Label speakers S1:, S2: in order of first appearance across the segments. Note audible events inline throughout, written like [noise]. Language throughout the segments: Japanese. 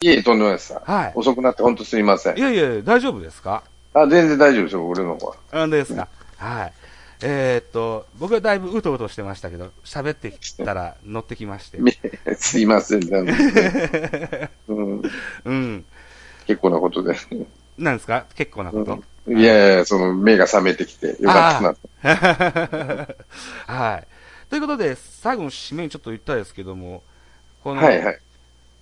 S1: いえ、とんでもないです。
S2: はい。
S1: 遅くなって本当すみません
S2: い。やいや、大丈夫ですか
S1: あ、全然大丈夫ですよ、俺の方は。 [laughs]
S2: なんですか。はい。えーっと、僕はだいぶうとうとしてましたけど、喋ってきたら乗ってきまして。
S1: みすいません、なんで、うん。
S2: うん。
S1: 結構なことで。
S2: なんですか結構なこと。 [laughs]
S1: いやいや、その目が覚めてきてよかったなと。
S2: はい。ということで、最後の締めにちょっと言ったんですけども、この、
S1: はいはい。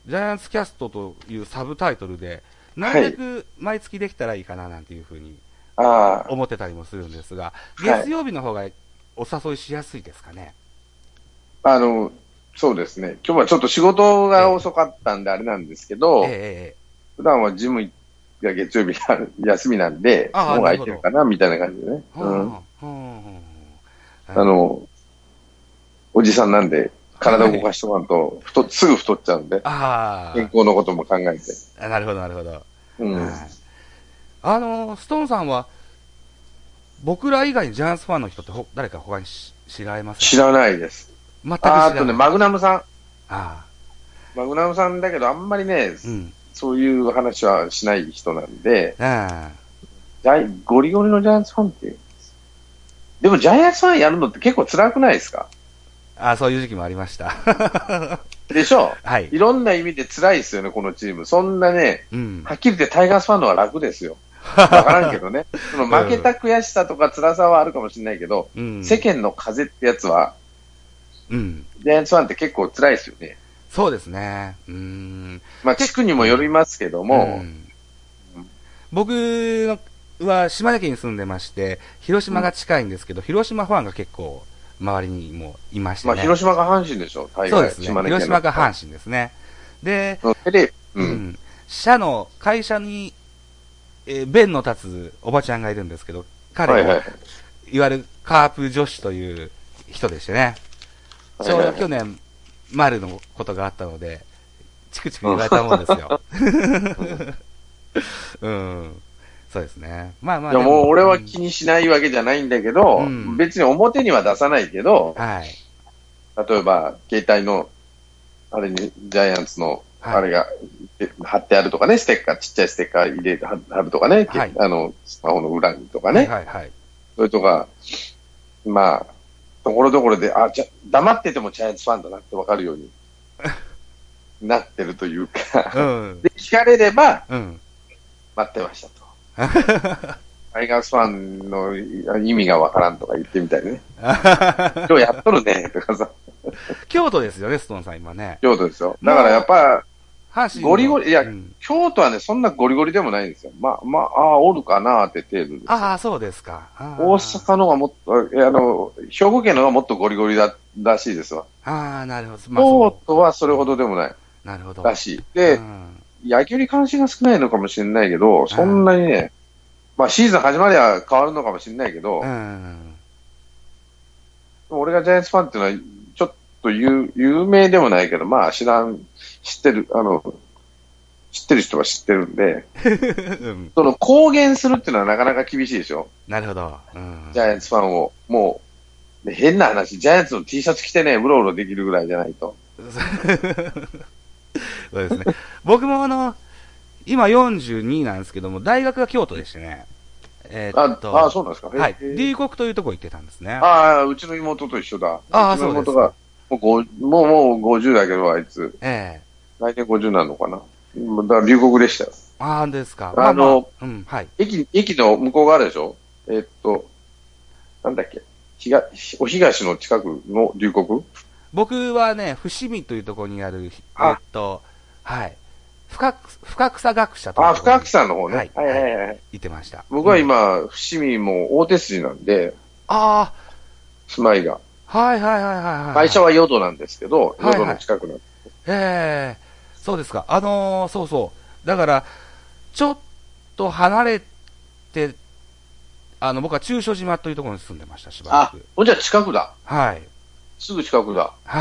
S2: ジャイアンツキャストというサブタイトルで、なるべく毎月できたらいいかななんていうふうに
S1: ああ、
S2: 思ってたりもするんですが、
S1: はい
S2: 月曜日の方がお誘いしやすいですかね。
S1: あの、そうですね。今日はちょっと仕事が遅かったんであれなんですけど、
S2: えええ
S1: 普段はジムが月曜日が休みなんで、
S2: ああ
S1: もう空いてるかな、みたいな感じでね。
S2: えええ。
S1: うん。
S2: はあはあはあ
S1: あの、おじさんなんで、体を動かしとかんと、太っすぐ太っちゃうんで、
S2: あ
S1: 健康のことも考えて。
S2: あ、なるほど、なるほど。
S1: うん。
S2: はいあの、ストーンさんは、僕ら以外にジャイアンツファンの人ってほ誰か他にし知られます
S1: 知らないです。
S2: 全く知ら
S1: ああ
S2: ない。
S1: とね、マグナムさん。
S2: あ
S1: マグナムさんだけど、あんまりね、
S2: あ、うん。
S1: そういう話はしない人なんで、
S2: あ
S1: ジャイゴリゴリのジャイアンツファンって、でもジャイアンツファンやるのって結構辛くないですか
S2: ああ、そういう時期もありました。 [laughs]
S1: でしょ
S2: は
S1: うい
S2: い。
S1: ろんな意味で辛いですよね、このチーム。そんなね、
S2: うん。
S1: はっきり言ってタイガースファンの方が楽ですよ。わからんけど
S2: [laughs]
S1: ね。その負けた悔しさとか辛さはあるかもしれないけど、
S2: うん。
S1: 世間の風ってやつは、
S2: うん。
S1: ジャイアンツファンって結構辛いですよね。
S2: そうですね。うーん。
S1: まあ、地区にもよりますけども、
S2: ん僕は島根県に住んでまして、広島が近いんですけど、広島ファンが結構、周りにもいまして
S1: ま
S2: ね。
S1: あ、広島が阪神でしょ、大
S2: そう
S1: 概。
S2: ですね。広島が阪神ですね。で、
S1: 神。テレビ、
S2: う
S1: うん。
S2: ん。社の会社に、えー弁の立つおばちゃんがいるんですけど、彼は、
S1: はいいはい。
S2: わゆるカープ女子という人でしてね、
S1: はい
S2: ちょ
S1: は
S2: う
S1: いは
S2: ど
S1: い
S2: 去年、丸のことがあったので、チクチク言われたもんです
S1: [laughs]
S2: よ。うん。そうですね。まあまあ。
S1: いやもう俺は気
S2: 気
S1: にしないわけじゃないんだけど、
S2: うん
S1: 別に表には出さないけど、
S2: はい。
S1: 例えば携帯の、あれにジャイアンツの、
S2: はい
S1: あれが、え貼ってあるとかね、ステッカー、ちっちゃいステッカー入れて貼貼るとかね、
S2: はい
S1: あの、スマホの裏にとかね、
S2: はいはい。
S1: それとか、まあ、ところどころで、あ、じゃ、黙っててもジャイアンツファンだなってわかるよ
S2: [laughs]
S1: うになってるという
S2: う
S1: か、
S2: ん。
S1: で、聞かれれば、 [laughs]
S2: うん。 [laughs]
S1: 待ってましたと。タイガースファンの意味がわからんとか言ってみたいね。今日やっとるね、とかさ、
S2: 京都ですよね、ストーンさん、今ね。
S1: 京都ですよ。だからやっぱ、
S2: 阪神の。
S1: ゴリゴリいや
S2: うん
S1: 京都はね、そんなゴリゴリでもないんですよ。まあ、まあ、ああ、おるかなって程度です。
S2: ああ、そうですか。あー
S1: 大阪のがもっと、えあの、兵庫県のがもっとゴリゴリだ、らしいですわ。
S2: ああ、なるほど。まあ、
S1: 京
S2: そ。
S1: 都はそれほどでもないう
S2: なるほど。
S1: らしい。で
S2: う、ん
S1: 野球に関心が少ないのかもしれないけど、そんなにね、まあシーズン始まりは変わるのかもしれないけど、
S2: うん。 [laughs]
S1: でも俺がジャイアンツファンっていうのは、ちょっと有有名でもないけど、まあ知らん、知ってる、あの、知ってる人は知ってるんで、
S2: うん
S1: その公言するっていうのはなかなか厳しいでしょ。
S2: なるほど。うん [laughs]
S1: ジャイアンツファンを。もう、で変な話、ジャイアンツの T シャツ着てね、うろうろできるぐらいじゃないと。
S2: そうですね。僕もあの、今42なんですけども、大学が京都でしてね。えー
S1: あ
S2: っ、と、
S1: あそうなんですか。
S2: はい。
S1: へえ
S2: D 国というとこ行ってたんですね。
S1: ああ、うちの妹と一緒だ。
S2: ああ
S1: うちの妹
S2: そう
S1: が、もうごもう、もう50だけど、あいつ。
S2: ええ
S1: 来年50なのかな。うんだから留国でしたよ。
S2: ああ、ですか。
S1: あの
S2: まあまあうん、はい。
S1: 駅、駅の向こう側あるでしょえっと、なんだっけ東、お東の近くの龍谷
S2: 僕はね、伏見というとこにある、え
S1: あ
S2: ーっと、はい。深く、深草学者という
S1: あ、
S2: ところ
S1: 深
S2: に
S1: 草の方ね。
S2: は
S1: はいいはいはいはい。
S2: 行ってました。
S1: 僕は
S2: うん
S1: 今、伏見も大手筋なんで、
S2: あ
S1: 住まいが。
S2: あ、はいはいはいはいはい。
S1: 会社は淀なんですけど、
S2: はいはい
S1: 淀の近くなんで
S2: ええそうですか。あのーそうそう。だから、ちょっと離れて、あの、僕は中小島というところに住んでました、しばら
S1: あ
S2: く。、
S1: ほんじゃ近くだ。
S2: はい。
S1: すぐ近くだ。
S2: は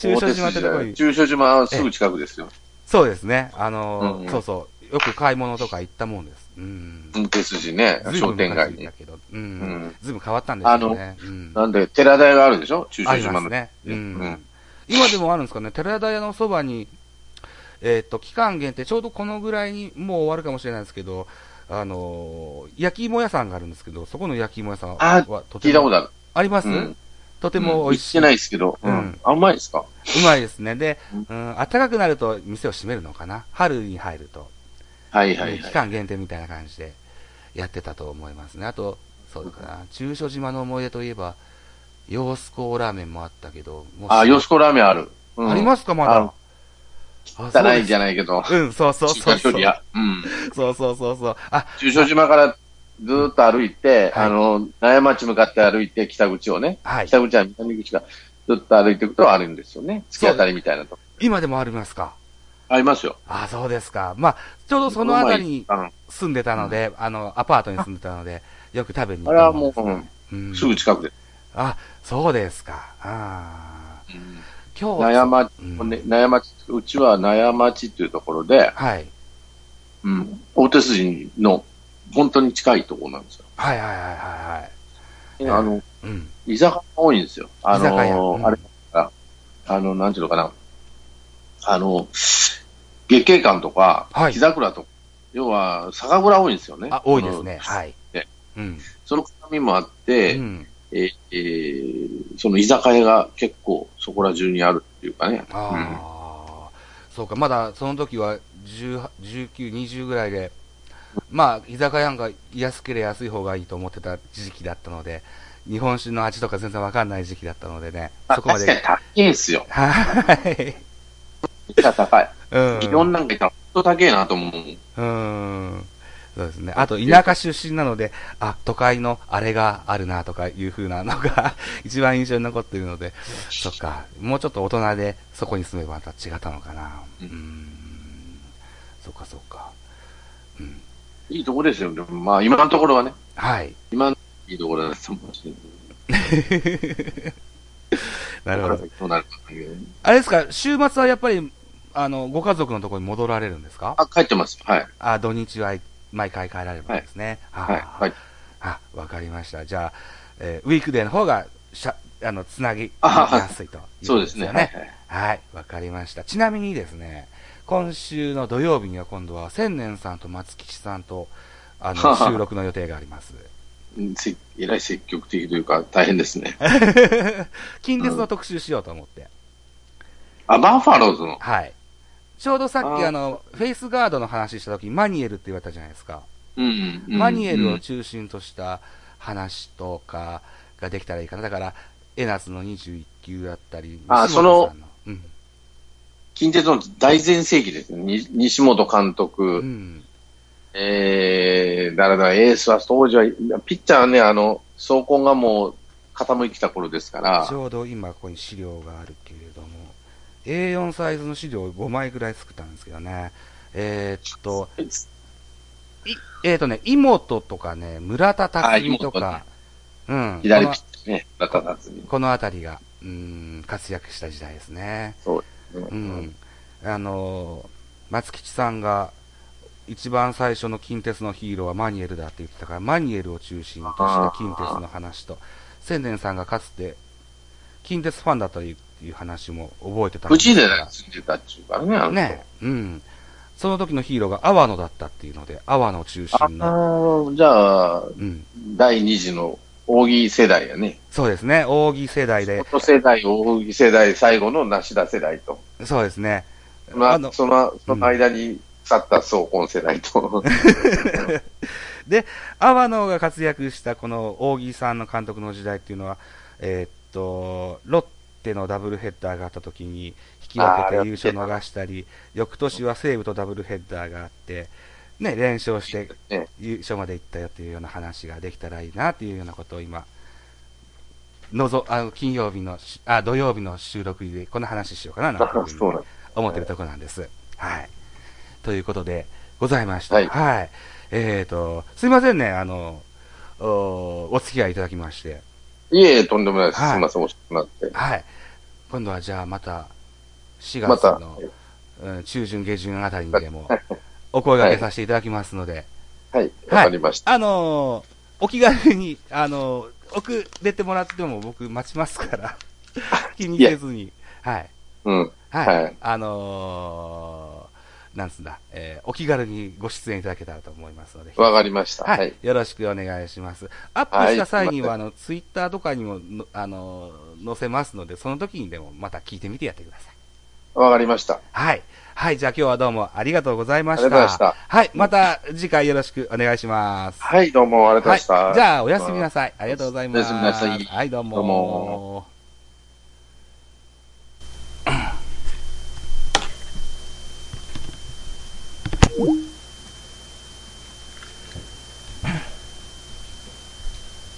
S1: [laughs]
S2: 中小島と
S1: 大手筋
S2: いうところ
S1: じゃない
S2: に。
S1: 中小島はすぐ近くですよ。
S2: そうですね。あのー
S1: うんうん
S2: そうそう。よく買い物とか行ったもんです。うん。
S1: 手筋ね、
S2: ずいぶ
S1: 商
S2: ん
S1: 店街
S2: 昔
S1: に
S2: だ。けど、うん。
S1: ん
S2: ずいぶん変わったんですよね。うん。
S1: なんで、寺台があるでしょ中
S2: あ
S1: 小
S2: り
S1: 島
S2: ます
S1: の。
S2: ね。うん。
S1: うん
S2: 今でもあるんですかね。寺田屋のそばに、えっ、と、期間限定、ちょうどこのぐらいにもう終わるかもしれないですけど、あのー焼き芋屋さんがあるんですけど、そこの焼き芋屋さんは
S1: あ
S2: と
S1: 聞
S2: て
S1: いたこ
S2: も
S1: とある。
S2: あります、
S1: うん
S2: とても美味しい。
S1: うん行ってないですけど。う
S2: うん
S1: ん。あ、うまいですか
S2: うまいですね。で、
S1: う
S2: うんん、暖かくなると店を閉めるのかな春に入ると、
S1: はいはいは
S2: 期
S1: い。
S2: 間限定みたいな感じでやってたと思いますね。あと、そうだな、中所島の思い出といえば、洋子ラーメンもあったけど、もう
S1: あ、よしこラーメンある。
S2: ありますかまだ。あ
S1: す汚いじゃ
S2: ない。
S1: ないけど。
S2: うん、そうそう
S1: 中
S2: そう
S1: 華
S2: そ
S1: 料
S2: う。
S1: 理屋。うん。
S2: そうそうそうそう。あ、
S1: 中小島からずーっと歩いて、
S2: はい
S1: あの、苗町向かって歩いて、北口をね、
S2: はい。
S1: 北口は南口がずっと歩いていくとあるんですよね。突き当たりみたいなとこ。
S2: 今でもありますか
S1: ありますよ。
S2: あ、そうですか。まあ、ちょうどそのあたりに
S1: うまい
S2: 住んでたので、あの、アパートに住んでたので、よく食べに行
S1: あれは
S2: ったん
S1: も
S2: で
S1: う
S2: すね、う
S1: うんんすぐ近くで。
S2: あ、そうですか。ああ。今日
S1: 苗町、
S2: うん
S1: ね苗町、うちは苗町っていうところで、
S2: はい。
S1: うん、大手筋の本当に近いところなんですよ。
S2: はいはいはいはいはい。うん
S1: あの、
S2: うん。
S1: 居酒屋が多いんですよ。あ
S2: 居酒屋
S1: の、
S2: うん
S1: あれああの、なんていうのかな。あの、月桂館とか、
S2: はい
S1: 木桜とか、要は酒蔵多いんですよね。
S2: あ、多いですね。
S1: うん
S2: はい
S1: ね。
S2: うん。
S1: その絡みもあっ
S2: う
S1: て、
S2: ん。
S1: えーえーその居酒屋が結構そこら中にあるっていうかね。うん
S2: ああ、そうか、まだその時は18 19、20ぐらいで、まあ、居酒屋が安ければ安い方がいいと思ってた時期だったので、日本酒の味とか全然わかんない時期だったのでね、
S1: まあ
S2: そこま
S1: 確かに
S2: で。
S1: 高いんですよ。
S2: はい。
S1: めっちゃ高い。
S2: うん。
S1: 祇園なんか行ったら本当高いなと思うもん。
S2: うん。そうですね。あと、田舎出身なので、あ、都会のあれがあるなとかいう風なのが一番印象に残っているので、そっか、もうちょっと大人でそこに住めばまた違ったのかな。う。
S1: うんん
S2: そっかそっか。うん。
S1: いいとこですよ。でもまあ今のところはね、
S2: はい。
S1: 今のいいところだと思うし。
S2: なるほど。
S1: ど。うなるかわかんないけどね
S2: あれですか、週末はやっぱり、あの、ご家族のところに戻られるんですか
S1: あ、帰ってます。はい。
S2: あ、土日は毎回帰られるんですね。
S1: はい。
S2: あー
S1: はい。
S2: あ、わかりました。じゃあ、えーウィークデーの方が、しゃ、あの、つなぎ
S1: あ
S2: やすいという
S1: そ
S2: こ
S1: う
S2: と
S1: ですね。
S2: よ
S1: はい。はい
S2: はい、わかりました。ちなみにですね、今週の土曜日には今度は千年さんと松吉さんと、あ
S1: [laughs]
S2: の、収録の予定があります。
S1: うんせえらい積極的というか、大変です
S2: [laughs]
S1: ね。
S2: 近鉄の特集しようと思って。
S1: あ、バファローズの。
S2: はい。ちょうどさっき
S1: あー
S2: あの、フェイスガードの話した時にマニエルって言われたじゃないですか。
S1: うんうん。
S2: マニエル
S1: う
S2: を
S1: ん
S2: 中心とした話とかができたらいいかな。だから、エナスの21級だったり、
S1: あ
S2: 西本さんの、うん。
S1: 近鉄の大前世紀ですね。に西本監督、
S2: うん。
S1: えー、誰だ、エースは当時は、ピッチャーはね、あの、走行がもう傾いてた頃ですから
S2: ち、ょうど今ここに資料があるけれども、A4 サイズの資料を5枚ぐらい作ったんですけどね。えーっと、いえーっとね、妹とかね、村田拓海とか、うん。
S1: 左
S2: こ
S1: ピッ
S2: の
S1: チャーね、だったはずに。
S2: この辺りが、うん、活躍した時代ですね。
S1: う
S2: う。ん、あのー松吉さんが一番最初の近鉄のヒーローはマニエルだって言ってたから、マニエルを中心とした近鉄の話と、千年さんがかつて近鉄ファンだといういう話も覚えてたん
S1: 無事で
S2: から
S1: 住んでたっていうからね、あの人
S2: ね、うん。その時のヒーローが阿波野だったっていうので、阿波野を中
S1: あ
S2: 心の、
S1: ーじゃあ、
S2: うん、
S1: 第二次の扇世代やね。
S2: そうですね、扇世代で、
S1: 元世代、扇世代、最後の梨田世代と。
S2: そうですね、
S1: ま
S2: あの
S1: あ、その、その間に去った総根世代と。
S2: 阿波野が活躍したこの扇さんの監督の時代っていうのは、えーっと、ロッテのダブルヘッダーがあった時に引き分けて
S1: あー
S2: 優勝逃したり、翌年は西武とダブルヘッダーがあって、ね、連勝して
S1: ね
S2: 優勝まで行ったよっていうような話ができたらいいなっていうようなことを今、のぞあの金曜日のし、あ、土曜日の収録でこの話しようかななんていうふう
S1: [laughs]
S2: に
S1: そうなんです
S2: 思ってるとこなんです。はい。ということで、ございました。は。
S1: はいい
S2: えっ、と、すいませんね、あの、おお付き合いいただきまして。
S1: いえ、とんでもないです。
S2: はい
S1: すみません、おしくなって。
S2: はい。今度はじゃあまた、4
S1: ま
S2: 月
S1: た、
S2: の、うん中旬、下旬あたりに
S1: [laughs]
S2: でも、お声掛けさせていただきますので、
S1: はい、わかりました。
S2: あのーお気軽に、あのー送れてもらっても僕待ちます
S1: [laughs]
S2: から、気にせずに、はい。
S1: うん。
S2: はい。
S1: はい
S2: あのなんつうんだ、えーお気軽にご出演いただけたらと思いますので。
S1: わかりました。
S2: は、
S1: はいい。
S2: よろしくお願いします。アップした際には、あの、ツイッターとかにもの、あの、載せますので、その時にでもまた聞いてみてやってください。
S1: わかりました。
S2: はい。はい、じゃあ今日はどうもありがとうございました。
S1: ありがとうございまし
S2: はい、また次回よろしくお願いします。
S1: はい、どうもありがとうございました。
S2: はい、じゃあおやすみなさい。ありがとうございます。
S1: おやすみなさい
S2: はい、どうも。
S1: どうも